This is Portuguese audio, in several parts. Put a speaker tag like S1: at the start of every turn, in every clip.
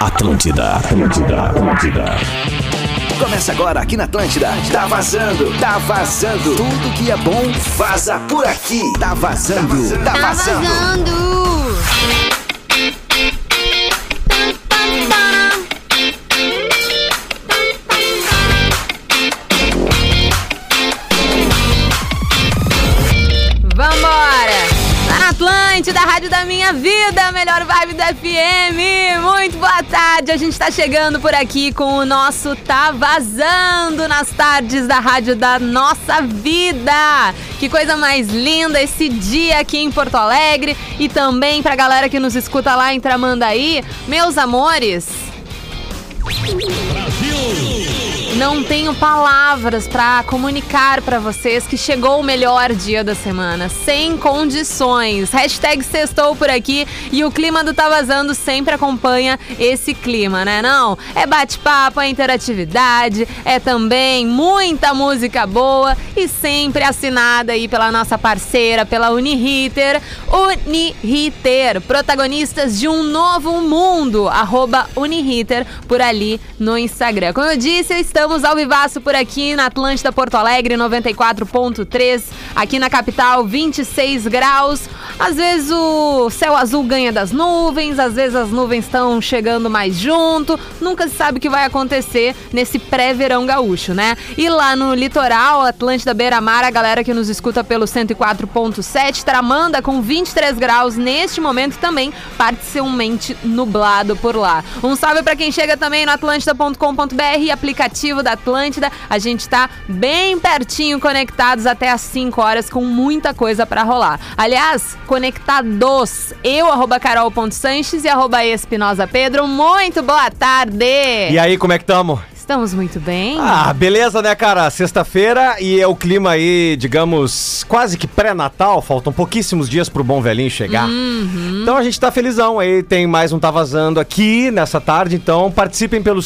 S1: Atlântida, Atlântida, Atlântida.
S2: Começa agora aqui na Atlântida. Tá vazando, tá vazando. Tudo que é bom vaza por aqui. Tá vazando, tá
S3: Tá
S2: vazando.
S3: vazando! Vambora! Lá na Atlântida, Rádio da Minha Vida, a melhor vibe da FM. Muito boa tarde, a gente tá chegando por aqui com o nosso Tá Vazando nas tardes da Rádio da Nossa Vida. Que coisa mais linda esse dia aqui em Porto Alegre e também pra galera que nos escuta lá em Tramandaí. Meus amores, não tenho palavras pra comunicar pra vocês que chegou o melhor dia da semana, sem condições. Hashtag sextou por aqui e o clima do Tá Vazando sempre acompanha esse clima, né não? É bate-papo, é interatividade, é também muita música boa e sempre assinada aí pela nossa parceira, pela Uniriter. Uniriter, protagonistas de um novo mundo, arroba Uniriter por ali no Instagram. Como eu disse, estamos ao vivaço por aqui na Atlântida Porto Alegre, 94.3, aqui na capital, 26 graus. Às vezes o céu azul ganha das nuvens, às vezes as nuvens estão chegando mais junto, nunca se sabe o que vai acontecer nesse pré-verão gaúcho, né? E lá no litoral, Atlântida Beira Mar, a galera que nos escuta pelo 104.7, Tramanda com 23 graus neste momento também, parcialmente nublado por lá. Um salve pra quem chega também no atlântida.com.br e aplicativo da Atlântida. A gente tá bem pertinho, conectados até às 5 horas com muita coisa pra rolar. Aliás, conectados, eu, arroba carol.sanches e arroba espinosa pedro, muito boa tarde!
S4: E aí, como é que tamo?
S3: Estamos muito bem?
S4: Ah, beleza, né, cara? Sexta-feira e é o clima aí, digamos, quase que pré-natal. Faltam pouquíssimos dias pro bom velhinho chegar.
S3: Uhum.
S4: Então a gente tá felizão aí. Tem mais um Tá Vazando aqui nessa tarde. Então participem pelo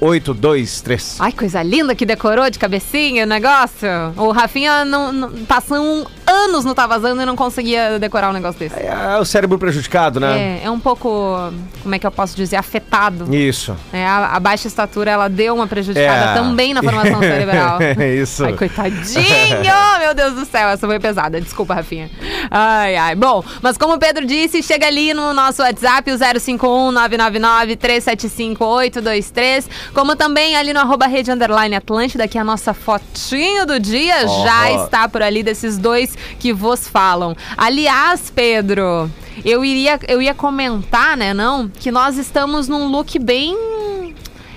S4: 51999-375-823.
S3: Ai, coisa linda que decorou de cabecinha o negócio. O Rafinha não, não, passou anos no Tá Vazando e não conseguia decorar um negócio desse.
S4: É o cérebro prejudicado, né?
S3: É, é um pouco, como é que eu posso dizer, afetado.
S4: Isso.
S3: É, a, a baixa estatura, ela deu uma prejudicada
S4: É.
S3: também na formação cerebral.
S4: É isso.
S3: Ai, coitadinho! Meu Deus do céu, essa foi pesada. Desculpa, Rafinha. Ai, ai. Bom, mas como o Pedro disse, chega ali no nosso WhatsApp, o 051-999-375823. Como também ali no arroba rede underline Atlântida, que é a nossa fotinho do dia
S4: Ó.
S3: já está por ali desses dois que vos falam. Aliás, Pedro, eu iria eu ia comentar, né, não, que nós estamos num look bem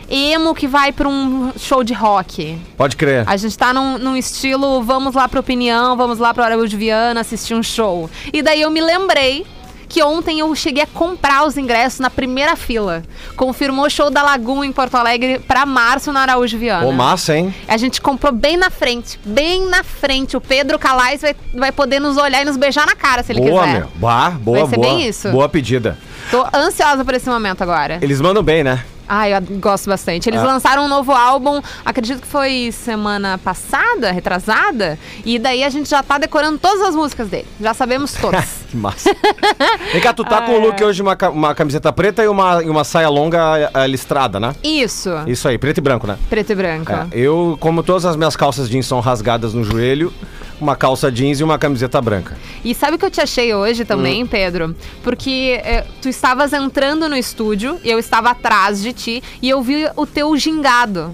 S3: emo que vai para um show de rock.
S4: Pode crer.
S3: A gente tá num, num estilo, vamos lá pra opinião, vamos lá pro Aurélio de Viana assistir um show. E daí eu me lembrei que ontem eu cheguei a comprar os ingressos na primeira fila. Confirmou o show da Lagoon em Porto Alegre pra março na Araújo Viana.
S4: Ô, massa, hein?
S3: A gente comprou bem na frente, bem na frente. O Pedro Calais vai, vai poder nos olhar e nos beijar na cara se ele
S4: boa,
S3: quiser.
S4: meu. Bah, boa,
S3: Vai ser
S4: boa.
S3: bem isso.
S4: Boa pedida.
S3: Tô ansiosa por esse momento agora.
S4: Eles mandam bem, né?
S3: Ai, eu gosto bastante. Eles
S4: Ah.
S3: lançaram um novo álbum, acredito que foi semana passada, retrasada, e daí a gente já tá decorando todas as músicas dele. Já sabemos todas.
S4: Que massa. Vem cá, tu tá com o look hoje, uma, ca- uma camiseta preta e uma, e uma saia longa eh, listrada, né?
S3: Isso.
S4: Isso aí, preto e branco, né?
S3: Preto e branco.
S4: É, eu, como todas as minhas calças jeans são rasgadas no joelho, uma calça jeans e uma camiseta branca.
S3: E sabe o que eu te achei hoje também, Pedro? Porque é, tu estavas entrando no estúdio, eu estava atrás de ti e eu vi o teu gingado.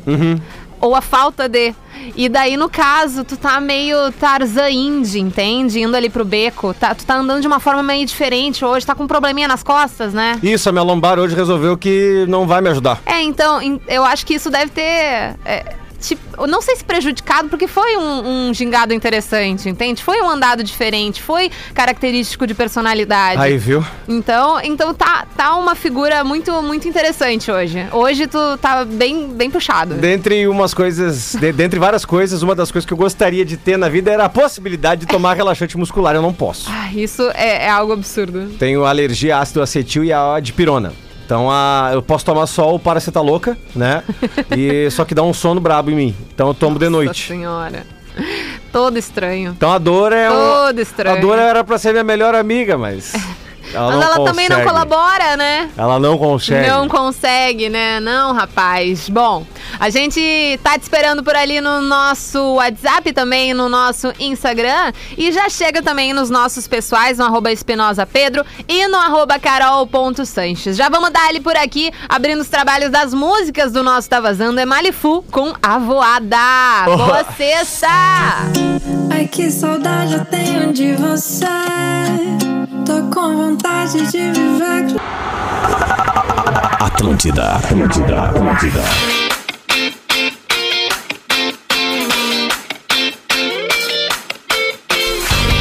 S3: Ou a falta de. E daí, no caso, tu tá meio Tarzan indie, entende? Indo ali pro beco. Tá, tu tá andando de uma forma meio diferente hoje, tá com um probleminha nas costas, né?
S4: Isso, a minha lombar hoje resolveu que não vai me ajudar.
S3: É, então, em- eu acho que isso deve ter. é, te- eu não sei se prejudicado, porque foi um, um gingado interessante, entende? Foi um andado diferente, foi característico É de personalidade.
S4: Aí, viu?
S3: Então, então tá, tá uma figura muito, muito interessante hoje. Hoje tu tá bem, bem puxado.
S4: Dentre umas coisas, de- dentre várias coisas, uma das coisas que eu gostaria de ter na vida era a possibilidade de tomar relaxante muscular. Eu não posso.
S3: Ah, isso é, é algo absurdo.
S4: Tenho alergia a ácido acetil e a dipirona. Então a, eu posso tomar só o paraceta louca, né? E só que dá um sono brabo em mim. Então eu tomo de
S3: Nossa
S4: noite.
S3: senhora. Todo estranho.
S4: Então a dor é um.
S3: Todo estranho.
S4: A dor era pra ser minha melhor amiga, mas.
S3: Mas
S4: Ela não
S3: ela também não
S4: consegue.
S3: colabora, né?
S4: Ela não consegue.
S3: Não consegue, né? Não, rapaz. Bom, a gente tá te esperando por ali no nosso WhatsApp também, no nosso Instagram. E já chega também nos nossos pessoais, no arroba Espinosa Pedro e no arroba carol.sanches. Já vamos dar ali por aqui, abrindo os trabalhos das músicas do nosso Tá Vazando. É Malifu com A Voada. Boa sexta!
S5: Ai que saudade eu tenho de você. Tô com vontade de viver.
S1: Atlântida, Atlântida, Atlântida.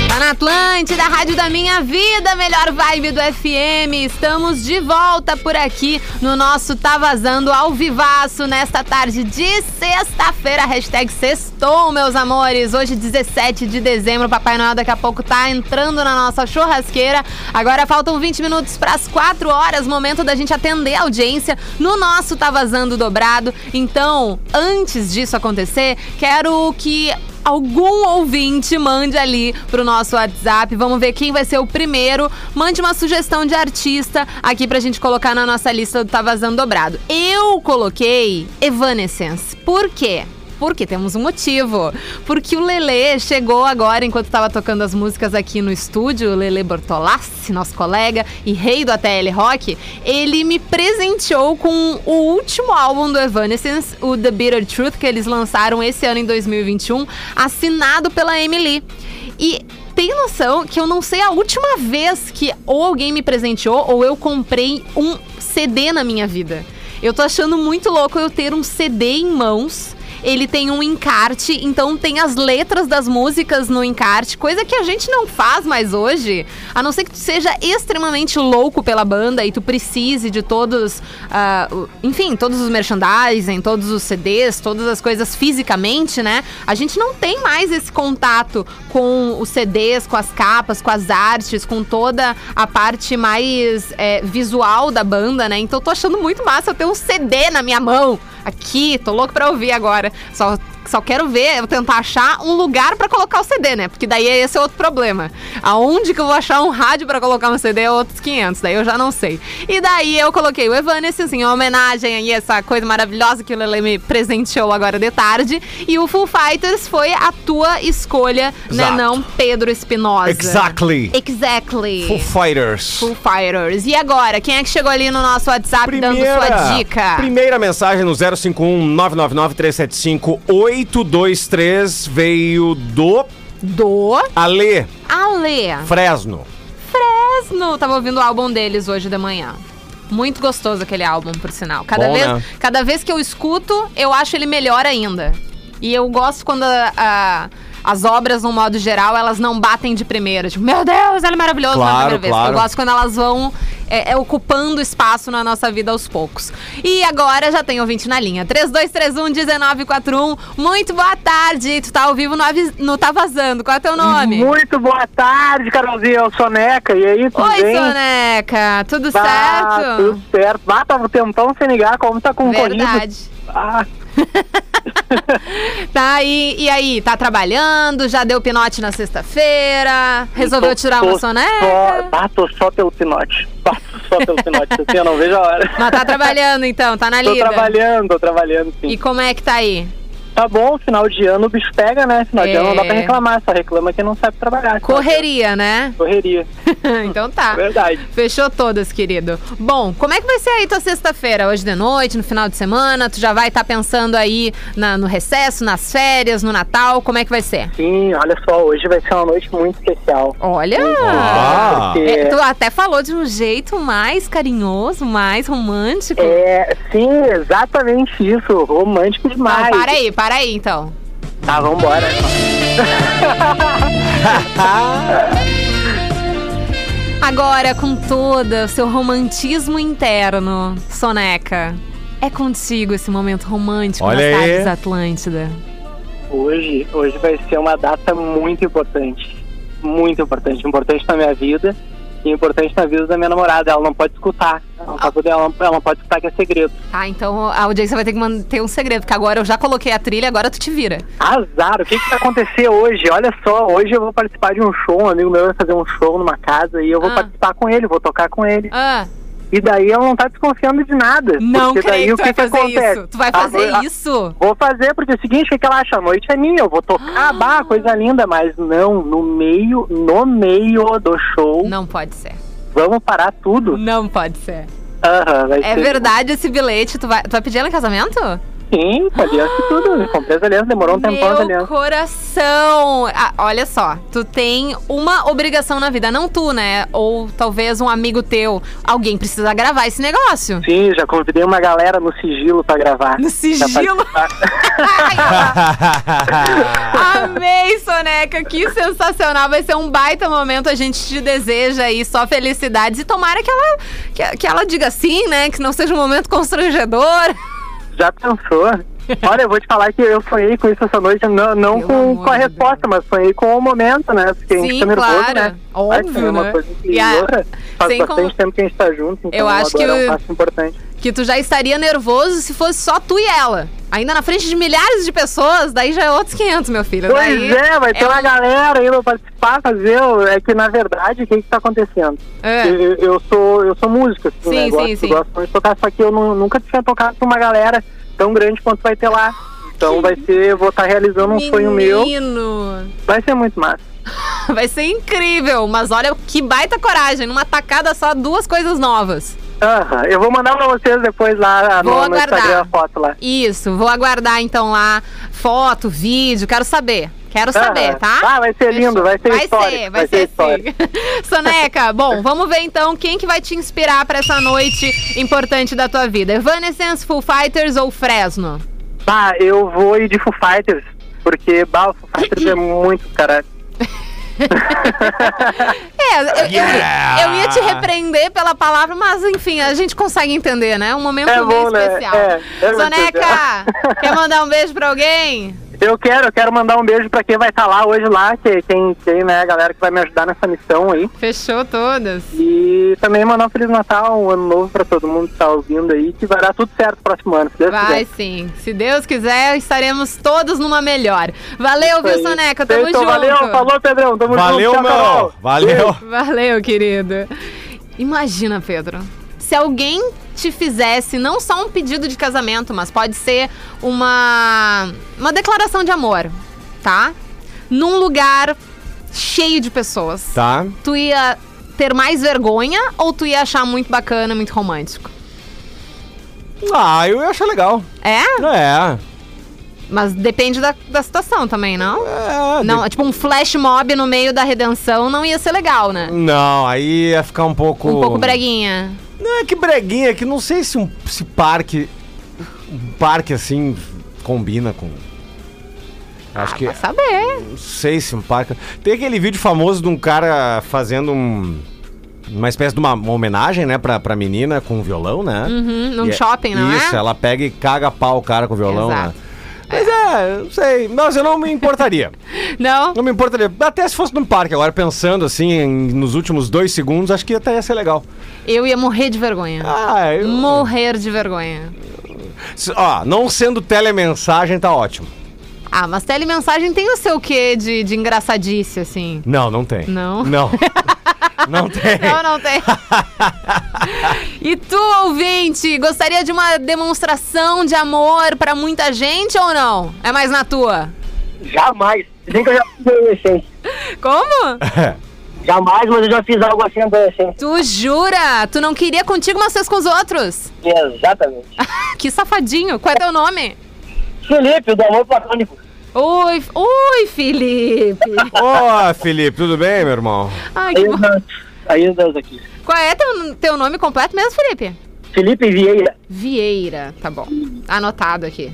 S3: Tá na Atlântida, Rádio da Minha Vida, melhor vibe do FM. Estamos de volta por aqui no nosso Tá Vazando ao Vivaço nesta tarde de sexta-feira. Hashtag sextou, meus amores. Hoje, 17 de dezembro, Papai Noel daqui a pouco tá entrando na nossa churrasqueira. Agora faltam 20 minutos para as 4 horas, momento da gente atender a audiência no nosso Tá Vazando dobrado. Então, antes disso acontecer, quero que algum ouvinte mande ali pro nosso WhatsApp. Vamos ver quem vai ser o primeiro. Mande uma sugestão de artista aqui pra gente colocar na nossa lista do Tá Vazando Dobrado. Eu coloquei Evanescence. Por quê? Porque temos um motivo. Porque o Lele chegou agora, enquanto estava tocando as músicas aqui no estúdio, o Lele Bortolassi, nosso colega e rei do ATL Rock, ele me presenteou com o último álbum do Evanescence, o The Bitter Truth, que eles lançaram esse ano em 2021, assinado pela Emily. E tem noção que eu não sei a última vez que ou alguém me presenteou ou eu comprei um CD na minha vida. Eu tô achando muito louco eu ter um CD em mãos. Ele tem um encarte, então tem as letras das músicas no encarte, coisa que a gente não faz mais hoje. A não ser que tu seja extremamente louco pela banda e tu precise de todos, ah, o- enfim, todos os merchandising, todos os CDs, todas as coisas fisicamente, né? A gente não tem mais esse contato com os CDs, com as capas, com as artes, com toda a parte mais é, visual da banda, né? Então eu tô achando muito massa eu ter um CD na minha mão. Aqui, tô louco pra ouvir agora. Só, só quero ver, eu tentar achar um lugar pra colocar o CD, né? Porque daí esse é outro problema. Aonde que eu vou achar um rádio pra colocar um CD é outros 500, daí eu já não sei. E daí eu coloquei o Evanescence assim, em homenagem aí a essa coisa maravilhosa que o Lele me presenteou agora de tarde. E o Full Fighters foi a tua escolha, né
S4: Exato.
S3: não, Pedro Espinosa?
S4: Exactly.
S3: Exactly.
S4: Foo
S3: é.
S4: Fighters.
S3: Foo Fighters. E agora, quem é que chegou ali no nosso WhatsApp dando sua dica?
S4: Primeira mensagem no 051-999-375-823 veio do
S3: Do
S4: Ale
S3: Ale.
S4: Fresno.
S3: Fresno. Tava ouvindo o álbum deles hoje de manhã. Muito gostoso aquele álbum, por sinal. Cada,
S4: Bom,
S3: vez,
S4: né?
S3: cada vez que eu escuto, eu acho ele melhor ainda. E eu gosto quando a- a- as obras, no modo geral, elas não batem de primeira. Tipo, meu Deus, ele é maravilhoso na
S4: Claro,
S3: primeira vez.
S4: claro.
S3: Eu gosto quando elas vão é, é, ocupando espaço na nossa vida aos poucos. E agora já tem ouvinte na linha. 3231-1941. Muito boa tarde. Tu tá ao vivo no, avis- no Tá Vazando. Qual é teu nome?
S6: Muito boa tarde, Carolzinha. Eu sou Neca. E aí, tudo
S3: Oi,
S6: bem?
S3: Soneca, tudo
S6: Tá,
S3: certo?
S6: Tudo certo. Ah, tava um tempão sem ligar. Como tá concorrido?
S3: Verdade.
S6: Ah,
S3: Tá aí, e aí, tá trabalhando, já deu pinote na sexta-feira, resolveu
S6: tô-
S3: tirar
S6: tô
S3: uma
S6: Só,
S3: soneca.
S6: ah, tô só pelo pinote. Passo só pelo pinote. Assim, eu não vejo a hora.
S3: Mas tá trabalhando então, tá na
S6: Tô
S3: lida.
S6: trabalhando, tô trabalhando, sim.
S3: E como é que tá aí?
S6: Tá bom, final de ano o bicho pega, né? Final de
S3: É.
S6: ano não dá pra reclamar. Só reclama quem não sabe trabalhar.
S3: Correria, né?
S6: Correria.
S3: então tá.
S6: Verdade.
S3: Fechou todas, querido. Bom, como é que vai ser aí tua sexta-feira? Hoje de noite, no final de semana? Tu já vai estar pensando aí na- no recesso, nas férias, no Natal? Como é que vai ser?
S6: Sim, olha só. Hoje vai ser uma noite muito especial.
S3: Olha!
S4: Ah.
S6: Porque-
S3: É, tu até falou de um jeito mais carinhoso, mais romântico.
S6: É, sim, exatamente isso. Romântico demais.
S3: Não, Ah, para aí, para aí então.
S6: Tá, vambora.
S3: Agora, com todo o seu romantismo interno, Soneca, é contigo esse momento romântico
S4: Olha
S3: nas
S4: aí.
S3: tardes da Atlântida.
S6: Hoje, hoje vai ser uma data muito importante. Muito importante. Importante na minha vida e importante na vida da minha namorada. Ela não pode escutar. Ela O papo dela ela não pode estar que é segredo.
S3: Ah, então a audiência vai ter que manter um segredo, porque agora eu já coloquei a trilha, agora tu te vira.
S6: Azar, o que que vai acontecer hoje? Olha só, hoje eu vou participar de um show, um amigo meu vai fazer um show numa casa e eu vou
S3: Ah.
S6: participar com ele, vou tocar com ele.
S3: Ah,
S6: E daí ela não tá desconfiando de nada.
S3: não
S6: porque
S3: creio
S6: daí
S3: que
S6: o
S3: tu
S6: que,
S3: vai
S6: que
S3: fazer
S6: acontece?
S3: isso. Tu vai
S6: Ah,
S3: fazer
S6: vou-
S3: isso?
S6: Vou fazer, porque é o seguinte, o que que ela acha? A noite é minha, eu vou tocar,
S3: Ah.
S6: bah, coisa linda, mas não, no meio, no meio do show,
S3: Não pode ser.
S6: vamos parar tudo.
S3: Não pode ser.
S6: Aham, vai
S3: É
S6: ser-
S3: verdade esse bilhete. Tu vai, tu vai pedir ela em casamento?
S6: Sim, com aliança e tudo. Comprei as alianças, demorou um tempão
S3: Ah.
S6: as
S3: Meu
S6: alianças.
S3: coração! Ah, olha só, tu tem uma obrigação na vida, não tu, né? Ou talvez um amigo teu. Alguém precisa gravar esse negócio.
S6: Sim, já convidei uma galera no sigilo pra gravar.
S3: No
S6: Pra
S3: sigilo.
S6: participar.
S3: Ai, Ah. Amei, Soneca, que sensacional. Vai ser um baita momento. A gente te deseja aí só felicidades. E tomara que ela, que, que ela diga sim, né? Que não seja um momento constrangedor.
S6: já pensou? Olha, eu vou te falar que eu sonhei com isso essa noite, não, não
S3: Pelo
S6: com,
S3: amor
S6: com a
S3: de
S6: resposta, mas sonhei com o momento, né? Porque a gente
S3: Sim,
S6: fica nervoso,
S3: claro.
S6: né?
S3: Óbvio,
S6: Acho que é uma
S3: né?
S6: coisa que
S3: E a-
S6: outra, faz
S3: sem
S6: bastante
S3: con-
S6: tempo que a gente tá junto, então
S3: Eu acho que
S6: agora é
S3: o-
S6: um passo importante.
S3: Que tu já estaria nervoso se fosse só tu e ela. Ainda na frente de milhares de pessoas, daí já é outros 500, meu filho. Daí
S6: Pois é, vai ter
S3: um-
S6: uma galera aí pra participar, fazer. o- É que na verdade, o que que tá acontecendo?
S3: É.
S6: Eu, eu- eu sou, eu sou músico, assim,
S3: Sim,
S6: né?
S3: sim,
S6: gosto,
S3: sim.
S6: gosto muito de tocar, só que eu nu- nunca tinha tocado com uma galera tão grande quanto vai ter lá. Então vai ser, vou estar realizando um sonho meu.
S3: Menino.
S6: Vai ser muito massa.
S3: Vai ser incrível, mas olha que baita coragem. Numa tacada só, duas coisas novas.
S6: Aham, eu vou mandar pra vocês depois lá
S3: Vou
S6: no, no
S3: aguardar.
S6: Instagram a foto lá.
S3: Isso, vou aguardar então lá foto, vídeo, quero saber. Quero saber,
S6: Aham.
S3: tá?
S6: Ah, vai ser lindo, vai ser
S3: vai
S6: histórico,
S3: Ser, vai,
S6: vai
S3: ser,
S6: ser
S3: sim. Soneca, bom, vamos ver então quem que vai te inspirar pra essa noite importante da tua vida. Evanescence, Full Fighters ou Fresno?
S6: Bah, Ah, eu vou ir de Foo Fighters, porque bah, o Foo Fighters é muito, cara.
S3: É, eu- eu,
S4: Yeah!
S3: eu ia te repreender pela palavra, mas enfim, a gente consegue entender, né? Um momento
S6: É
S3: bem
S6: bom, né?
S3: especial.
S6: É, é
S3: Soneca,
S6: verdade.
S3: quer mandar um beijo pra alguém?
S6: Eu quero, eu quero mandar um beijo pra quem vai estar lá hoje lá, que quem, quem, né, a galera que vai me ajudar nessa missão aí.
S3: Fechou todas.
S6: E também mandar um Feliz Natal, um ano novo pra todo mundo que tá ouvindo aí, que vai dar tudo certo próximo ano, se Deus
S3: Vai
S6: quiser.
S3: sim. Se Deus quiser, estaremos todos numa melhor. Valeu, viu,
S6: Isso aí.
S3: Soneca? Tamo
S6: Feito,
S3: junto.
S6: Valeu, falou, Pedrão. Tamo
S4: Valeu,
S6: junto. tchau,
S4: meu.
S6: Carol.
S4: Valeu.
S3: Valeu, querido. Imagina, Pedro, se alguém te fizesse não só um pedido de casamento, mas pode ser uma uma declaração de amor, tá? Num lugar cheio de pessoas.
S4: Tá.
S3: Tu ia ter mais vergonha ou tu ia achar muito bacana, muito romântico?
S4: Ah, eu acho legal.
S3: É?
S4: É.
S3: Mas depende da, da situação também, não?
S4: é
S3: Não, tipo um flash mob no meio da redenção não ia ser legal, né?
S4: Não, aí ia ficar um pouco.
S3: Um pouco breguinha.
S4: Não, é que breguinha, que não sei se um se parque. Um parque assim combina com. Acho que.
S3: Pra saber.
S4: Não sei se um parque. Tem aquele vídeo famoso de um cara fazendo um. Uma espécie de uma, uma homenagem, né, pra, pra menina com um violão, né?
S3: Uhum, num
S4: E é-
S3: shopping, não
S4: Isso,
S3: é?
S4: ela pega e caga a pau o cara com o violão, né?
S3: Exato.
S4: Mas é, não sei. Mas eu não me importaria.
S3: Não?
S4: Não me importaria. Até se fosse num parque agora, pensando assim, em- nos últimos dois segundos, acho que até ia ser legal.
S3: Eu ia morrer de vergonha.
S4: Ah, eu...
S3: Morrer de vergonha.
S4: Se- Ó, não sendo telemensagem, tá ótimo.
S3: Ah, mas telemensagem tem o seu quê de, de engraçadice, assim.
S4: Não, não tem.
S3: Não?
S4: Não. não tem.
S3: Não, não tem. e tu, ouvinte, gostaria de uma demonstração de amor pra muita gente ou não? É mais na tua?
S7: Jamais. Dizem que eu já fiz adolescente.
S3: Como?
S7: Jamais, mas eu já fiz algo assim adolescente.
S3: tu jura? Tu não queria contigo, mas fez com os outros?
S7: Exatamente.
S3: que safadinho. Qual é teu nome?
S7: Felipe, do amor platônico.
S3: Oi, F- oi, Felipe.
S4: Ô, Felipe, tudo bem, meu irmão?
S3: Ai,
S7: Aí
S3: que
S7: os
S3: bom.
S7: meus- Aí os meus aqui.
S3: Qual é teu, teu nome completo mesmo, Felipe?
S7: Felipe Vieira. né?
S3: Vieira, tá bom. Anotado aqui.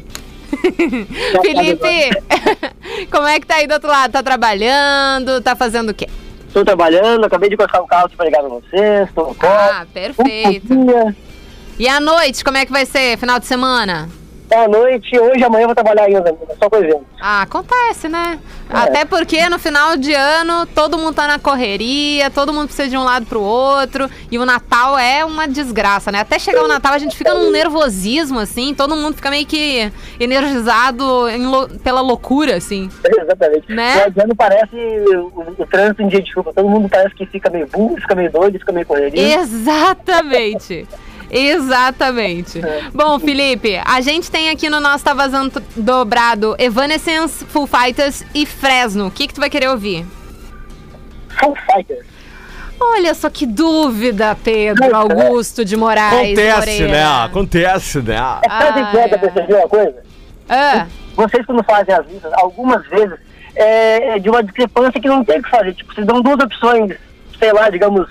S3: Felipe, como é que tá aí do outro lado? Tá trabalhando? Tá fazendo o quê?
S7: Estou trabalhando, acabei de colocar o carro aqui pra ligar pra vocês. Estou no
S6: É.
S7: copo.
S3: Ah, perfeito.
S7: Um pouquinho.
S3: E à noite, como é que vai ser? Final de semana?
S7: Boa Tá noite. Hoje, amanhã eu vou trabalhar ainda, amiga. Só com evento.
S3: Ah, acontece, né? Até porque no final de ano todo mundo tá na correria, todo mundo precisa de um lado pro outro. E o Natal é uma desgraça, né? Até chegar o Natal a gente fica num nervosismo, assim, todo mundo fica meio que energizado em lo- pela loucura, assim.
S7: Exatamente.
S3: Né?
S7: Final de ano parece o, o trânsito em dia de chuva. Todo mundo parece que fica meio burro, fica meio doido, fica meio correria.
S3: Exatamente. Exatamente. Bom, Felipe, a gente tem aqui no nosso Tá Vazando Dobrado Evanescence, Full Fighters e Fresno. O que, que tu vai querer ouvir?
S7: Full Fighters.
S3: Olha só que dúvida, Pedro Augusto de Moraes.
S4: Acontece,
S3: Moreira.
S4: né? Acontece, né?
S7: É tão
S3: Ai,
S7: idiota
S3: ai.
S7: perceber uma coisa.
S3: Ah,
S7: Vocês quando fazem as listas, algumas vezes, é é de uma discrepância que não tem o que fazer. Tipo, vocês dão duas opções, sei lá, digamos,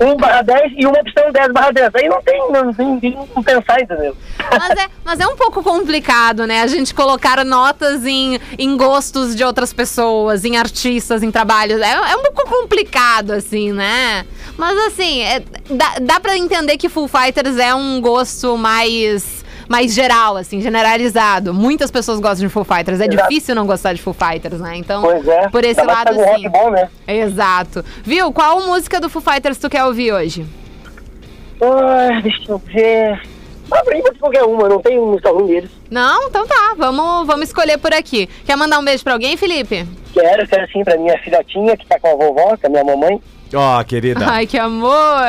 S7: 1 barra 10 e uma opção 10 barra 10. Aí não tem, não tem, tem como pensar, entendeu?
S3: mas, é, mas é um pouco complicado, né? A gente colocar notas em, em gostos de outras pessoas, em artistas, em trabalhos. É, é um pouco complicado, assim, né? Mas assim, é- dá, dá pra entender que Full Fighters é um gosto mais. Mais geral, assim, generalizado. Muitas pessoas gostam de Full Fighters. É
S7: Exato.
S3: difícil não gostar de Full Fighters, né? Então,
S7: Pois é.
S3: por esse
S7: Ainda mais
S3: lado,
S7: que tá no rock
S3: sim.
S7: bom, né?
S3: Exato. Viu? Qual música do Foo Fighters tu quer ouvir hoje?
S7: Ai, deixa eu ver. Ah, pra mim pode ser qualquer uma, não tem um só um deles.
S3: Não? Então tá, vamos, vamos escolher por aqui. Quer mandar um beijo pra alguém, Felipe?
S7: Quero, quero sim assim pra minha filhotinha, que tá com a vovó, que é a minha mamãe.
S4: Ó, querida.
S3: Ai, que amor!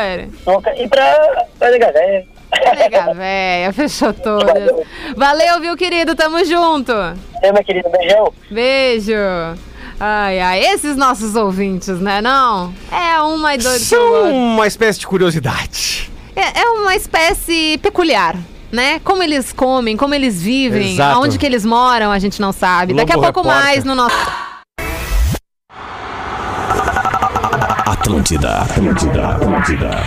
S7: E pra. pra nega véia.
S3: Pega, véia, fechou todas. Valeu, viu, querido? Tamo junto.
S7: É, minha querida, beijão.
S3: Beijo. Ai, ai, esses nossos ouvintes, né, não? É uma e dois que eu
S4: São
S3: gosto.
S4: uma espécie de curiosidade.
S3: É, é uma espécie peculiar. Né? Como eles comem, como eles vivem,
S4: Exato.
S3: aonde que eles moram, a gente não sabe. Daqui a
S4: Globo
S3: pouco
S4: Repórter.
S3: mais no nosso.
S1: Atlântida, Atlântida, Atlântida.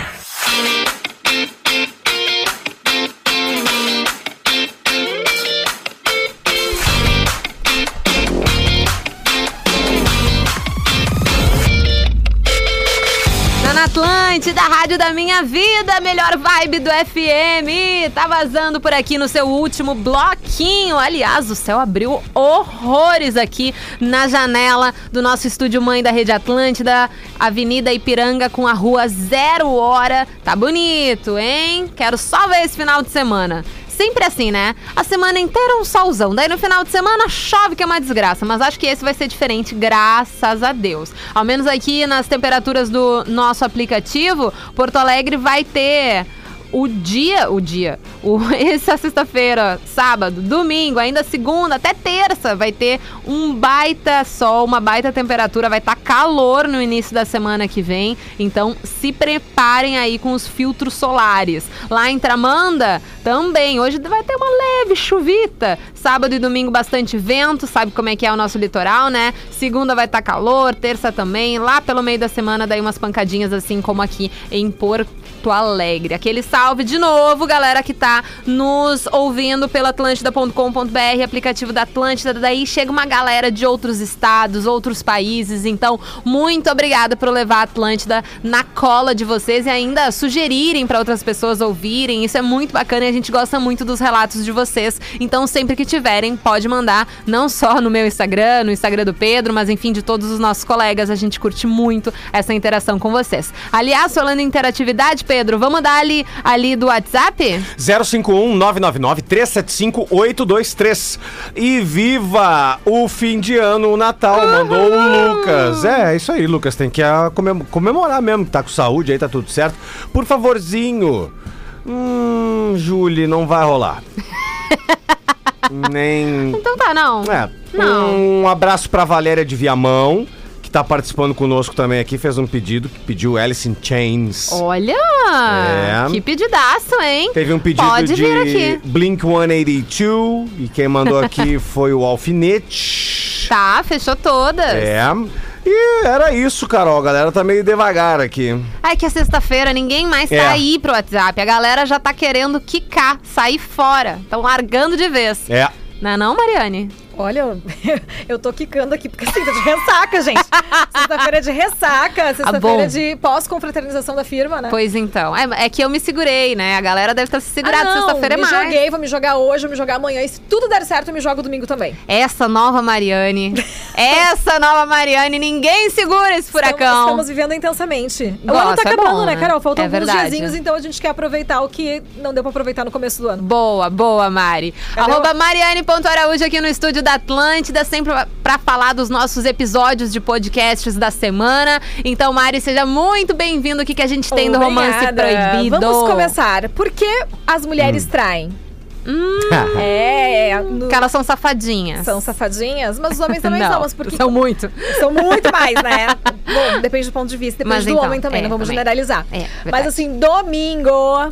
S3: Tá na Atlântida, da Rádio da Minha Vida, melhor vibe do FM. Tá vazando por aqui no seu último bloquinho. Aliás, o céu abriu horrores aqui na janela do nosso estúdio Mãe da Rede Atlântida, Avenida Ipiranga com a rua Zero Hora. Tá bonito, hein? Quero só ver esse final de semana. Sempre assim, né? A semana inteira um solzão. Daí no final de semana chove, que é uma desgraça. Mas acho que esse vai ser diferente, graças a Deus. Ao menos aqui nas temperaturas do nosso aplicativo, Porto Alegre vai ter. O dia, o dia, o, essa sexta-feira, sábado, domingo, ainda segunda, até terça, vai ter um baita sol, uma baita temperatura, vai estar calor no início da semana que vem. Então se preparem aí com os filtros solares. Lá em Tramanda também, hoje vai ter uma leve chuvita. Sábado e domingo bastante vento, sabe como é que é o nosso litoral, né? Segunda vai estar calor, terça também. Lá pelo meio da semana daí umas pancadinhas assim como aqui em Porto Alegre. Aquele salve de novo, galera que tá nos ouvindo pela atlântida.com.br, aplicativo da Atlântida. Daí chega uma galera de outros estados, outros países. Então, muito obrigada por levar a Atlântida na cola de vocês e ainda sugerirem para outras pessoas ouvirem. Isso é muito bacana e a gente gosta muito dos relatos de vocês. Então, sempre que tiverem, pode mandar não só no meu Instagram, no Instagram do Pedro, mas enfim, de todos os nossos colegas. A gente curte muito essa interação com vocês. Aliás, falando em interatividade, Pedro, vamos dar ali, ali do WhatsApp?
S4: 051-999-375-823. E viva o fim de ano, o Natal, mandou o Lucas. É, é isso aí, Lucas, tem que ah, comem- comemorar mesmo, que tá com saúde, aí tá tudo certo. Por favorzinho, hum, Julie, não vai rolar. Nem...
S3: Então tá, não.
S4: É,
S3: Não.
S4: um abraço pra Valéria de Viamão, que tá participando conosco também aqui, fez um pedido, que pediu Alice in Chains.
S3: Olha!
S4: É.
S3: Que pedidaço, hein?
S4: Teve um pedido
S3: Pode
S4: de
S3: vir aqui.
S4: Blink 182 e quem mandou aqui foi o Alfinete.
S3: Tá, fechou todas.
S4: É. E era isso, Carol. A galera tá meio devagar aqui.
S3: Ai, que é sexta-feira, ninguém mais tá
S4: É.
S3: aí pro WhatsApp. A galera já tá querendo quicar, sair fora. Estão largando de vez.
S4: É.
S3: Não é não, Mariane?
S8: Olha, eu- eu tô quicando aqui, porque é sexta de ressaca, gente. Sexta-feira é de ressaca,
S3: Ah, bom.
S8: sexta-feira é de pós-confraternização da firma, né?
S3: Pois então. É, é que eu me segurei, né? A galera deve estar se segurando.
S8: Ah, não,
S3: Sexta-feira é
S8: me
S3: mais.
S8: joguei, vou me jogar hoje, vou me jogar amanhã. E se tudo der certo, eu me jogo domingo também.
S3: Essa nova Mariane. essa nova Mariane. Ninguém segura esse
S8: Estamos,
S3: furacão.
S8: estamos vivendo intensamente. o
S3: Nossa,
S8: ano tá
S3: é
S8: acabando,
S3: bom,
S8: né,
S3: né?
S8: Carol? Faltam
S3: É
S8: alguns
S3: verdade.
S8: diazinhos, então a gente quer aproveitar o que não deu pra aproveitar no começo do ano.
S3: Boa, boa, Mari.
S8: Cadê
S3: Arroba
S8: o-
S3: Mariane.araújo aqui no estúdio da Atlântida, sempre pra falar dos nossos episódios de podcasts da semana. Então, Mari, seja muito bem-vindo. O que, que a gente tem do Romance
S8: Obrigada.
S3: Proibido? Hum.
S8: Vamos começar. Por que as mulheres traem? É, é, no-
S3: Porque elas são safadinhas.
S8: são safadinhas, mas os homens também
S3: Não,
S8: são. Mas por que
S3: São muito.
S8: São muito mais, né? Bom, depende do ponto de vista, depende
S3: Mas
S8: do
S3: então,
S8: homem também,
S3: é,
S8: não vamos
S3: também.
S8: generalizar.
S3: É, verdade.
S8: Mas assim, domingo,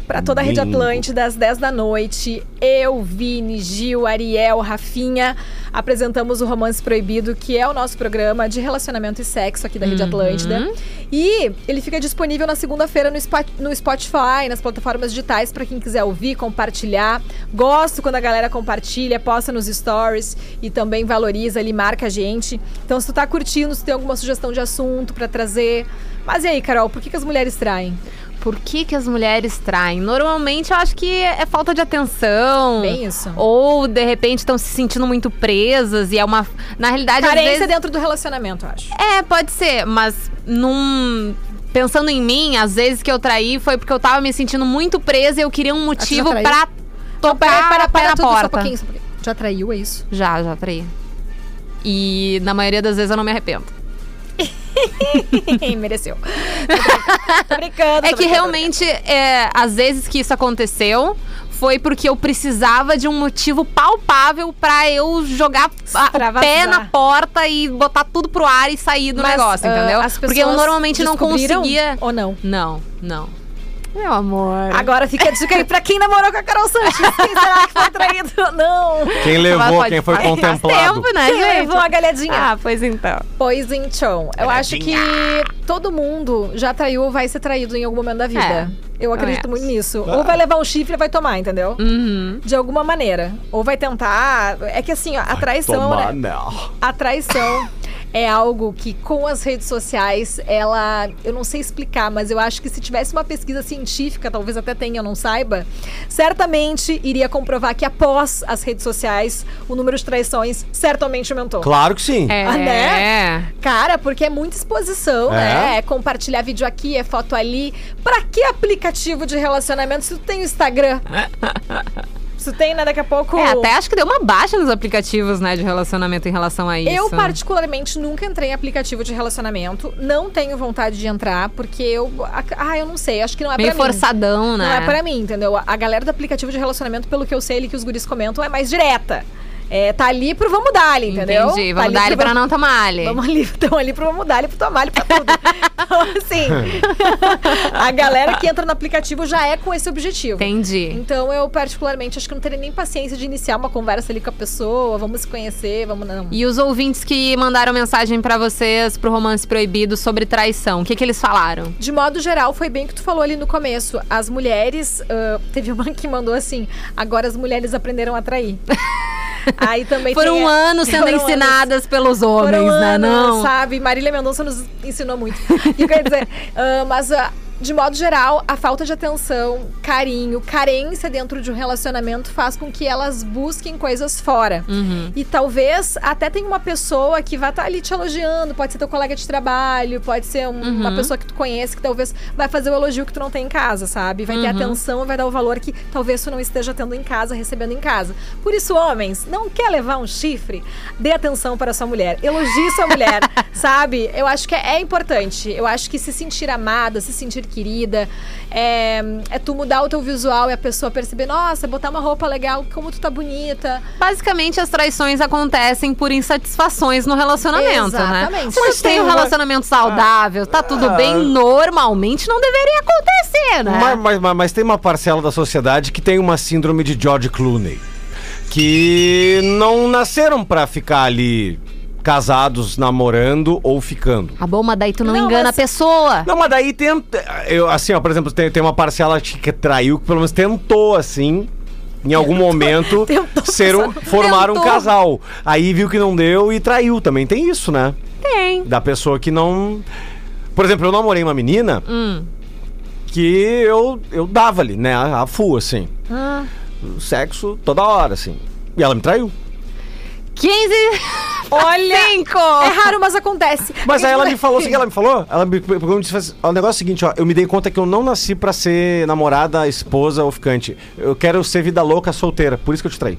S8: pra toda a Rede
S4: Domingo.
S8: Atlântida, às 10 da noite, eu, Vini, Gil, Ariel, Rafinha, apresentamos o Romance Proibido, que é o nosso programa de relacionamento e sexo aqui da Rede Atlântida. E ele fica disponível na segunda-feira no, Spa- no Spotify, nas plataformas digitais, pra quem quiser ouvir, compartilhar. Gosto quando a galera compartilha, posta nos stories e também valoriza ali, marca a gente. Então, se tu tá curtindo, se tem alguma sugestão de assunto pra trazer. Mas e aí, Carol, por que, que as mulheres traem?
S3: Por que, que as mulheres traem? Normalmente eu acho que é falta de atenção.
S8: Bem isso.
S3: Ou, de repente, estão se sentindo muito presas e é uma. Na realidade, às
S8: Carência
S3: vezes,
S8: dentro do relacionamento, eu acho.
S3: É, pode ser, mas num. Pensando em mim, às vezes que eu traí foi porque eu tava me sentindo muito presa e eu queria um motivo
S8: Ah, traiu? Então,
S3: pra tocar para, pé na
S8: tudo, só um
S3: porta.
S8: pouquinho, só um pouquinho. Já traiu, é isso?
S3: já, já traí. E na maioria das vezes eu não me arrependo.
S8: Mereceu. Tô brincando, tô brincando.
S3: É
S8: tô
S3: que
S8: brincando.
S3: realmente, é, às vezes que isso aconteceu, foi porque eu precisava de um motivo palpável pra eu jogar a- o
S8: Extravasar.
S3: pé na porta e botar tudo pro ar e sair do
S8: Mas,
S3: negócio,
S8: ah,
S3: entendeu?
S8: as
S3: Porque eu
S8: pessoas
S3: normalmente não
S8: descobriram
S3: conseguia.
S8: Ou não?
S3: Não, não. Meu amor.
S8: Agora fica a dica aí pra quem namorou com a Carol Sanches. Quem será que foi traído? Não.
S4: Quem
S3: Mas
S4: levou,
S3: pode-
S4: quem foi
S3: faz
S4: contemplado.
S3: tempo, né,
S8: Quem
S3: gente?
S8: levou a galhadinha?
S3: Ah, pois então.
S8: Pois então, eu acho que todo mundo já traiu ou vai ser traído em algum momento da vida.
S3: É,
S8: eu acredito
S3: acho.
S8: muito nisso. Ou vai levar um chifre e vai tomar, entendeu?
S3: Uhum.
S8: De alguma maneira. Ou vai tentar. É que assim, ó, a traição.
S4: Tomar,
S8: né?
S4: não.
S8: A traição é algo que com as redes sociais, ela, eu não sei explicar, mas eu acho que se tivesse uma pesquisa científica, talvez até tenha, eu não saiba, certamente iria comprovar que após as redes sociais, o número de traições certamente aumentou.
S4: Claro que sim.
S3: É.
S8: Ah, né? Cara, porque é muita exposição,
S4: É.
S8: né? É compartilhar vídeo aqui, é foto ali. Pra que aplicativo de relacionamento se tu tem o Instagram? se tu tem, né? Daqui a pouco.
S3: É, até acho que deu uma baixa nos aplicativos, né, de relacionamento em relação a isso.
S8: Eu, particularmente, nunca entrei em aplicativo de relacionamento. Não tenho vontade de entrar, porque eu. Ah, eu não sei. Acho que não é
S3: Meio
S8: pra mim.
S3: forçadão, né?
S8: Não é pra mim, entendeu? A- A galera do aplicativo de relacionamento, pelo que eu sei, ele que os guris comentam, é mais direta. É, tá ali pro vamos dar ali, entendeu?
S3: Entendi.
S8: Tá
S3: Vamos dar
S8: pro
S3: ele pra
S8: vamos-
S3: não tomar ali.
S8: Vamos ali, estão ali pro vamos dar ali pro tomar ali pra tudo. então, assim, a galera que entra no aplicativo já é com esse objetivo.
S3: Entendi.
S8: Então, eu, particularmente, acho que não teria nem paciência de iniciar uma conversa ali com a pessoa, vamos se conhecer, vamos não.
S3: E os ouvintes que mandaram mensagem pra vocês pro Romance Proibido sobre traição, o que que eles falaram?
S8: De modo geral, foi bem o que tu falou ali no começo. As mulheres. ah, teve uma que mandou assim: agora as mulheres aprenderam a trair. Aí também
S3: Foram
S8: tem,
S3: anos sendo
S8: Foram
S3: ensinadas pelos homens,
S8: Foram
S3: né?
S8: anos,
S3: Não.
S8: sabe? Marília Mendonça nos ensinou muito. E eu quero dizer, ah, mas ah, de modo geral, a falta de atenção, carinho, carência dentro de um relacionamento faz com que elas busquem coisas fora.
S3: Uhum.
S8: E talvez até tenha uma pessoa que vai estar ali te elogiando, pode ser teu colega de trabalho, pode ser um- uma pessoa que tu conhece, que talvez vai fazer o elogio que tu não tem em casa, sabe? Vai ter atenção, vai dar o valor que talvez tu não esteja tendo em casa, recebendo em casa. Por isso, homens, não quer levar um chifre? Dê atenção para sua mulher, elogie sua mulher, sabe? Eu acho que é, é importante. Eu acho que se sentir amada, se sentir querida, é, é tu mudar o teu visual e a pessoa perceber, nossa, botar uma roupa legal, como tu tá bonita.
S3: Basicamente, as traições acontecem por insatisfações no relacionamento, né?
S8: Exatamente.
S3: Mas
S8: Mas
S3: tem
S8: tem
S3: um
S8: uma- Ah.
S3: relacionamento saudável, tá tudo bem, normalmente não deveria acontecer, né?
S4: Mas, mas- mas- mas tem uma parcela da sociedade que tem uma síndrome de George Clooney. Que não nasceram pra ficar ali casados, namorando ou ficando.
S3: A bomba Tá daí tu não,
S8: Não,
S3: engana
S8: mas-
S3: a pessoa.
S4: Não, mas daí tem. Eu, assim, ó, por exemplo, tem, tem uma parcela que traiu, que pelo menos tentou, assim. em algum momento,
S8: tentou
S4: ser um-
S8: passar-
S4: formar um
S8: tentou.
S4: casal. Aí viu que não deu e traiu. Também tem isso, né?
S3: Tem.
S4: Da pessoa que não. Por exemplo, eu namorei uma menina
S3: Hum.
S4: que eu, eu dava ali, né? A, a full, assim. Sexo toda hora, assim. E ela me traiu.
S3: 15.
S8: Tá Olha,
S3: Cinco.
S8: É raro, mas acontece.
S4: Mas aí ela me falou, o que ela me falou? Ela me pegou e disse assim, ó, o negócio é o seguinte, ó, eu me dei conta que eu não nasci pra ser namorada, esposa ou ficante. Eu quero ser vida louca solteira, por isso que eu te traí.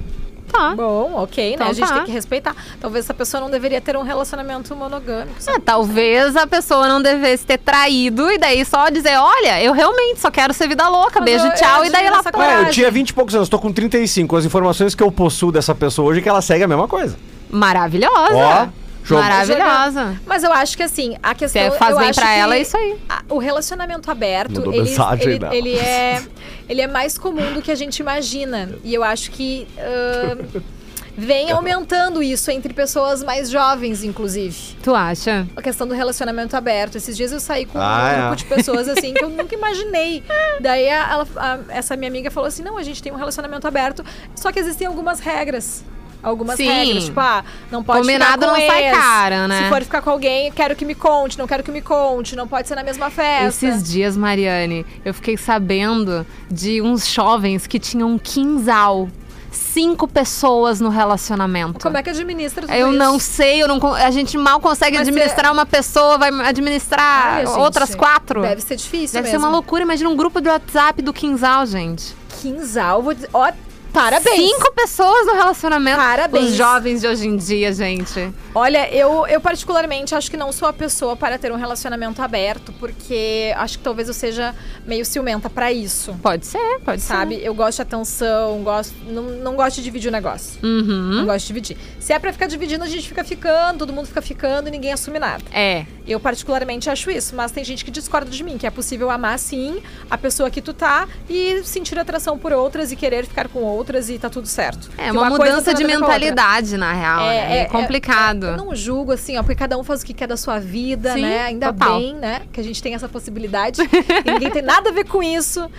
S3: Tá.
S8: Bom, ok, né?
S3: Então
S8: a gente
S3: tá.
S8: tem que respeitar. Talvez essa pessoa não deveria ter um relacionamento monogâmico.
S3: É, talvez a pessoa não devesse ter traído e daí só dizer, olha, eu realmente só quero ser vida louca,
S8: Mas
S3: beijo,
S8: eu- eu
S3: tchau, e daí
S8: admiro
S3: ela
S8: essa
S3: pô,
S4: Ué, É, eu
S8: coragem.
S4: tinha 20 e poucos anos, tô com 35. As informações que eu possuo dessa pessoa hoje é que ela segue a mesma coisa. Ó,
S3: Maravilhosa.
S8: é.
S4: jogo.
S3: Maravilhosa.
S8: tá Mas eu acho que assim, a questão.
S3: Se é, faz
S8: eu
S3: bem
S8: acho
S3: pra
S8: que
S3: ela, é isso aí.
S8: a- o relacionamento aberto,
S4: Mandou
S8: ele,
S4: mensagem
S8: ele,
S4: dela.
S8: ele é, ele é mais comum do que a gente imagina. E eu acho que. ahn, Vem aumentando isso entre pessoas mais jovens, inclusive.
S3: Tu acha?
S8: A questão do relacionamento aberto. Esses dias eu saí com
S4: Ah,
S8: um grupo
S4: é.
S8: de pessoas assim que eu nunca imaginei. Daí a- ela- a- essa minha amiga falou assim: não, a gente tem um relacionamento aberto, só que existem algumas regras. Algumas
S3: Sim.
S8: regras, tipo, ah, não pode
S3: Combinado
S8: ficar com
S3: não sai
S8: ex.
S3: cara, né?
S8: Se for ficar com alguém, quero que me conte, não quero que me conte, não pode ser na mesma festa.
S3: Esses dias, Mariane, eu fiquei sabendo de uns jovens que tinham um quinzal. Cinco pessoas no relacionamento.
S8: Como é que administra tudo
S3: Eu
S8: isso?
S3: não sei, eu não, con- a gente mal consegue
S8: Mas
S3: administrar uma pessoa, vai administrar
S8: Olha, gente,
S3: outras quatro.
S8: Deve ser difícil
S3: Deve ser
S8: mesmo.
S3: uma loucura, imagina um grupo do WhatsApp do quinzal, gente.
S8: Quinzal, vou dizer... Ó, parabéns!
S3: Cinco pessoas no relacionamento.
S8: Parabéns.
S3: Os jovens de hoje em dia, gente.
S8: Olha, eu, eu particularmente acho que não sou a pessoa para ter um relacionamento aberto, porque acho que talvez eu seja meio ciumenta pra isso.
S3: Pode ser, pode
S8: Sabe? Eu gosto de atenção, gosto, não, não gosto de dividir o negócio.
S3: ser. Uhum.
S8: Não gosto de dividir. Se é pra ficar dividindo, a gente fica ficando, todo mundo fica ficando e ninguém assume nada.
S3: É.
S8: Eu particularmente acho isso, mas tem gente que discorda de mim, que é possível amar sim a pessoa que tu tá e sentir atração por outras e querer ficar com outras e tá tudo certo.
S3: É
S8: Que
S3: uma,
S8: coisa
S3: mudança
S8: tem
S3: de
S8: nada a ver com a outra.
S3: mentalidade, na real. né? É, complicado.
S8: Eu não julgo, assim, ó, porque cada um faz o que quer da sua vida,
S3: Sim,
S8: né? Ainda
S3: total.
S8: bem, né? Que a gente tem essa possibilidade. e ninguém tem nada a ver com isso.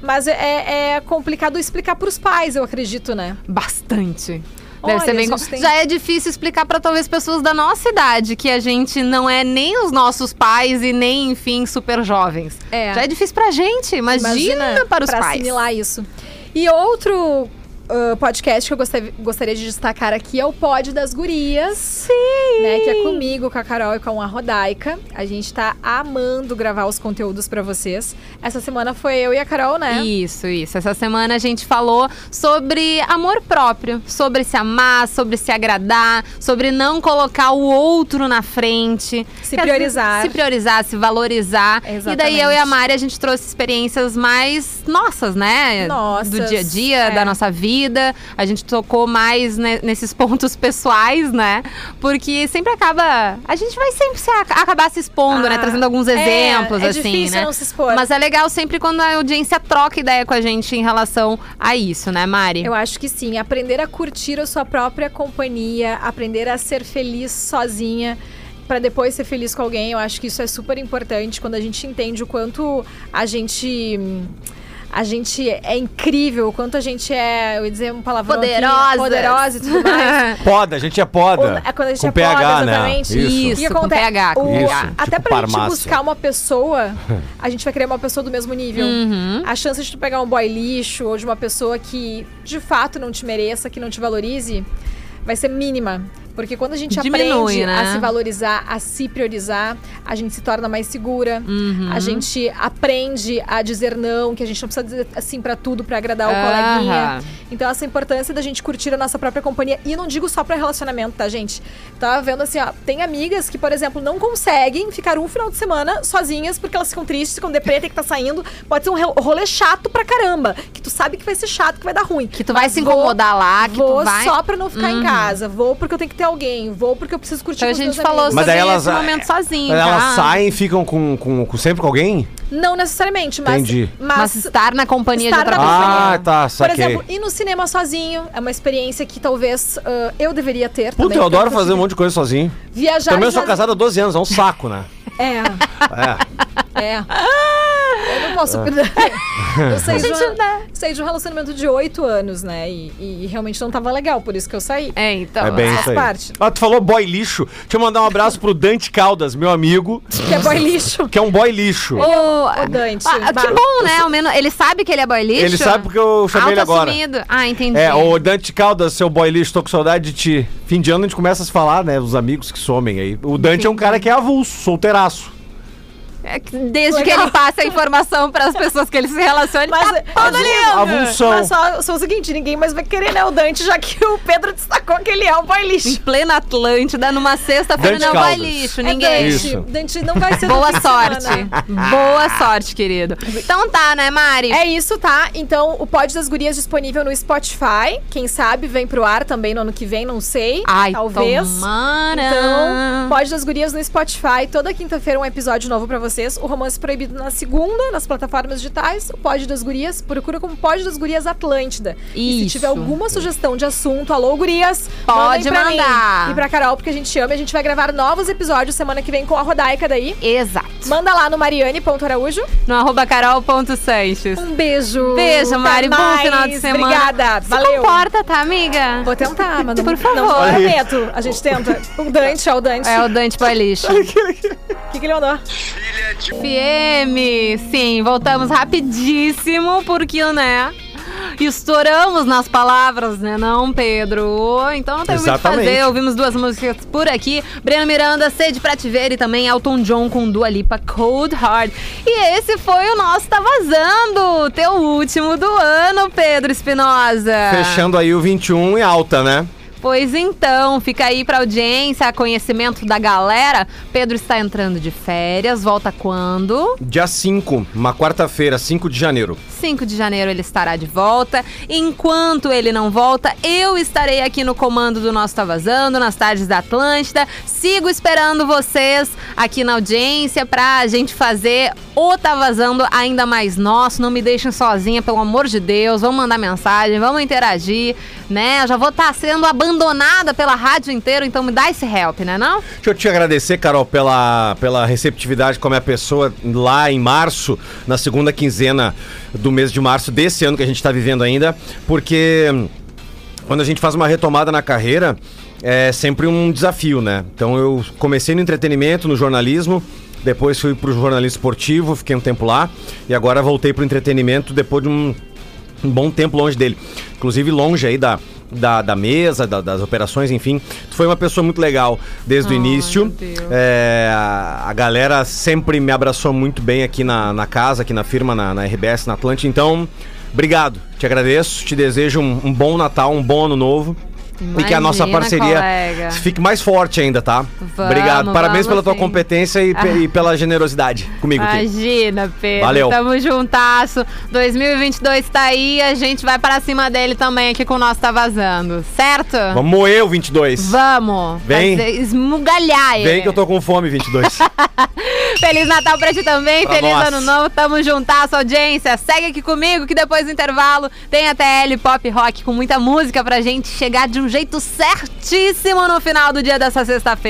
S8: Mas é, é complicado explicar pros pais, eu acredito, né?
S3: Bastante. Deve
S8: Olha,
S3: ser bem
S8: a
S3: com-
S8: gente tem-
S3: Já é difícil explicar pra talvez pessoas da nossa idade que a gente não é nem os nossos pais e nem, enfim, super jovens.
S8: É.
S3: Já é difícil pra gente, imagina, para os
S8: pra
S3: pais.
S8: assimilar isso. E outro ah, podcast que eu gostei- gostaria de destacar aqui é o Pod das Gurias. Sim! Né, que é comigo, com a Carol e com a Rodaica. A gente tá amando gravar os conteúdos pra vocês. Essa semana foi eu e a Carol, né?
S3: Isso, isso. Essa semana a gente falou sobre amor próprio, sobre se amar, sobre se agradar, sobre não colocar o outro na frente.
S8: Se
S3: Quer dizer,
S8: priorizar.
S3: Se priorizar, se valorizar. E daí
S8: Exatamente.
S3: eu e a Mari, a gente trouxe experiências mais nossas, né?
S8: Nossas,
S3: Do dia a dia,
S8: é.
S3: da nossa vida. A gente tocou mais né, nesses pontos pessoais, né? Porque sempre acaba. A gente vai sempre se ac- acabar se expondo, né?
S8: Ah,
S3: Trazendo alguns
S8: É,
S3: exemplos,
S8: é
S3: assim,
S8: difícil
S3: né?
S8: não se expor.
S3: Mas é legal sempre quando a audiência troca ideia com a gente em relação a isso, né, Mari?
S8: Eu acho que sim. Aprender a curtir a sua própria companhia, aprender a ser feliz sozinha. Pra depois ser feliz com alguém, eu acho que isso é super importante quando a gente entende o quanto a gente a gente é incrível, o quanto a gente é, eu ia dizer um palavrão aqui,
S3: Poderosas.
S8: poderosa e tudo mais.
S4: Poda, a gente é poda.
S8: Ou- é quando a gente
S4: com
S8: é
S4: PH,
S8: poda,
S4: né?
S8: exatamente.
S3: Isso.
S8: E
S3: com
S8: acontece-
S3: PH, com
S8: o-
S3: PH.
S4: Isso,
S8: Até
S4: tipo
S8: pra
S4: Parmaço.
S8: gente buscar uma pessoa, a gente vai querer uma pessoa do mesmo nível.
S3: Uhum.
S8: A chance de tu pegar um boy lixo ou de uma pessoa que de fato não te mereça, que não te valorize, vai ser mínima. Porque quando a gente
S3: Diminui,
S8: aprende
S3: né?
S8: a se valorizar, a se priorizar, a gente se torna mais segura.
S3: Uhum.
S8: A gente aprende a dizer não, que a gente não precisa dizer assim pra tudo pra agradar o coleguinha.
S3: Aham.
S8: Então, essa importância da gente curtir a nossa própria companhia. E não digo só pra relacionamento, tá, gente? Tava vendo assim, ó. Tem amigas que, por exemplo, não conseguem ficar um final de semana sozinhas porque elas ficam tristes, ficam deprê, tem que tá saindo. Pode ser um re- rolê chato pra caramba. Que tu sabe que vai ser chato, que vai dar ruim.
S3: Que tu vai se incomodar lá, que
S8: vou
S3: tu vai. Uhum.
S8: só pra não ficar em casa. Vou porque eu tenho que ter alguém. Vou porque eu preciso curtir
S3: Então a
S8: com Tipo, os
S3: gente
S8: meus
S3: falou
S8: amigos.
S4: Mas
S3: sobre
S4: daí elas-
S3: esse momento sozinho.
S4: Elas
S3: tá?
S4: saem e ficam com, com, com- sempre com alguém?
S8: Não necessariamente, mas...
S4: Entendi.
S3: Mas estar na companhia
S8: estar
S3: de outra
S8: na
S3: pessoa.
S4: Ah,
S8: companhia.
S4: tá,
S8: Por
S4: saquei.
S8: exemplo, ir no cinema sozinho é uma experiência que talvez ah, eu deveria ter.
S4: Puta,
S8: também,
S4: eu
S8: porque
S4: adoro fazer
S8: consigo
S4: um monte de coisa sozinho.
S8: Viajar
S4: Também eu sou
S8: sozinho.
S4: casado há 12 anos, é um saco, né?
S8: É,
S4: É.
S8: é. Eu não posso. eu sei de, um, sei de um relacionamento de oito anos, né? E, e realmente não tava legal, por isso que eu saí.
S3: É, então.
S4: É bem
S8: faz
S4: isso aí.
S8: parte.
S4: Ah, tu falou boy lixo. Deixa eu mandar um abraço pro Dante Caldas, meu amigo,
S8: Que é boy lixo.
S4: que é um boy lixo.
S3: Ô,
S8: Ô, Dante,
S3: ah, que
S8: vai.
S3: bom, né? Ao menos ele sabe que ele é boy lixo.
S4: Ele sabe porque eu chamei ele agora.
S3: Autoassumido. Ah, entendi.
S4: É, o Dante Caldas, seu boy lixo, tô com saudade de ti. Fim de ano a gente começa a se falar, né? Os amigos que somem aí. O Dante é um cara que é avulso, solteiraço.
S3: É que Desde que ele passe a informação para as pessoas que ele se relaciona, ele
S8: Mas
S3: tá
S8: é-
S3: todo lindo.
S4: Avulsão.
S8: Mas só, só o seguinte, ninguém mais vai querer, né, o Dante, já que o Pedro destacou que ele é o boy
S3: Em
S8: lixo.
S3: plena Atlântida, numa sexta-feira,
S4: Dante
S3: não vai
S4: Caldas.
S3: lixo,
S8: É
S3: ninguém.
S8: Dante.
S4: Isso.
S8: Dante não vai ser do fim
S3: Boa
S8: de
S3: sorte.
S8: semana.
S3: Boa sorte, querido. Então tá, né, Mari?
S8: É isso, tá? Então, o Pod das Gurias disponível no Spotify. Quem sabe vem pro ar também no ano que vem, não sei.
S3: Ai,
S8: talvez.
S3: tomara.
S8: Então, Pod das Gurias no Spotify. Toda quinta-feira um episódio novo pra vocês. O Romance Proibido na segunda, nas plataformas digitais. O Pod das Gurias, procura como Pod das Gurias Atlântida. E se
S3: Isso.
S8: tiver alguma sugestão de assunto, alô, gurias,
S3: Pode
S8: mandem pra
S3: mandar.
S8: Mim. E pra Carol, porque a gente ama. A gente vai gravar novos episódios semana que vem com a Rodaica daí.
S3: Exato.
S8: Manda lá no mariane.araújo.
S3: No arroba carol.sanches.
S8: Um beijo.
S3: Beijo,
S8: Até
S3: Mari. Bom
S8: mais.
S3: final de semana.
S8: Obrigada.
S3: Se
S8: Valeu.
S3: comporta, tá, amiga?
S8: Vou tentar, mas não,
S3: Por favor.
S8: Não,
S4: Olha aí.
S8: prometo. A gente tenta. O Dante, ó, o Dante.
S3: É o Dante Boy Lixo.
S8: O que que ele mandou?
S3: FM. Sim, voltamos rapidíssimo, porque, né? Estouramos nas palavras, né, não, Pedro? Então não tem muito o que
S4: Exatamente.
S3: fazer. Ouvimos duas músicas por aqui: Breno Miranda, Sede pra Te Ver e também Elton John com Dua Lipa Cold Hard. E esse foi o nosso Tá Vazando, teu último do ano, Pedro Espinosa.
S4: Fechando aí o 21 em alta, né?
S3: Pois então, fica aí pra audiência, conhecimento da galera. Pedro está entrando de férias, volta quando?
S4: Dia 5, uma quarta-feira, 5 de janeiro.
S3: 5 de janeiro ele estará de volta. Enquanto ele não volta, eu estarei aqui no comando do nosso Tá Vazando, nas tardes da Atlântida. Sigo esperando vocês aqui na audiência pra gente fazer o Tá Vazando ainda mais nosso. Não me deixem sozinha, pelo amor de Deus. Vamos mandar mensagem, vamos interagir, né? Eu já vou estar sendo abandonada pela rádio inteira, então me dá esse help, né não?
S4: Deixa eu te agradecer, Carol, pela, pela receptividade com a minha pessoa lá em março, na segunda quinzena do mês de março desse ano que a gente está vivendo ainda, porque quando a gente faz uma retomada na carreira, é sempre um desafio, né? Então eu comecei no entretenimento, no jornalismo, depois fui pro jornalismo esportivo, fiquei um tempo lá, e agora voltei pro entretenimento depois de um um bom tempo longe dele. Inclusive longe aí da, da, da mesa, da- das operações, enfim. Tu foi uma pessoa muito legal desde o início.
S3: Ah, meu Deus.
S4: É, a a galera sempre me abraçou muito bem aqui na, na casa, aqui na firma, na, na RBS, na Atlântica. Então, obrigado. Te agradeço, te desejo um, um bom Natal, um bom ano novo. e que a nossa
S3: Imagina,
S4: parceria
S3: colega.
S4: fique mais forte ainda, tá?
S3: Vamos,
S4: obrigado. Parabéns
S3: vamos
S4: pela tua
S3: sim.
S4: competência e, pe- e pela generosidade comigo aqui.
S3: Imagina, Pedro.
S4: Valeu.
S3: Tamo juntasso. 2022 tá aí, a gente vai pra cima dele também aqui com o nosso Tá Vazando, certo?
S4: Vamos moer o 22.
S3: Vamos.
S4: Vem.
S3: Fazer- Esmugalhar ele.
S4: Vem que eu tô com fome, 22.
S3: Feliz Natal pra ti também,
S4: Pra
S3: feliz
S4: nós.
S3: ano novo, tamo juntasso, audiência. Segue aqui comigo que depois do intervalo tem a TL Pop Rock com muita música pra gente chegar de um jeito certíssimo no final do dia dessa sexta-feira.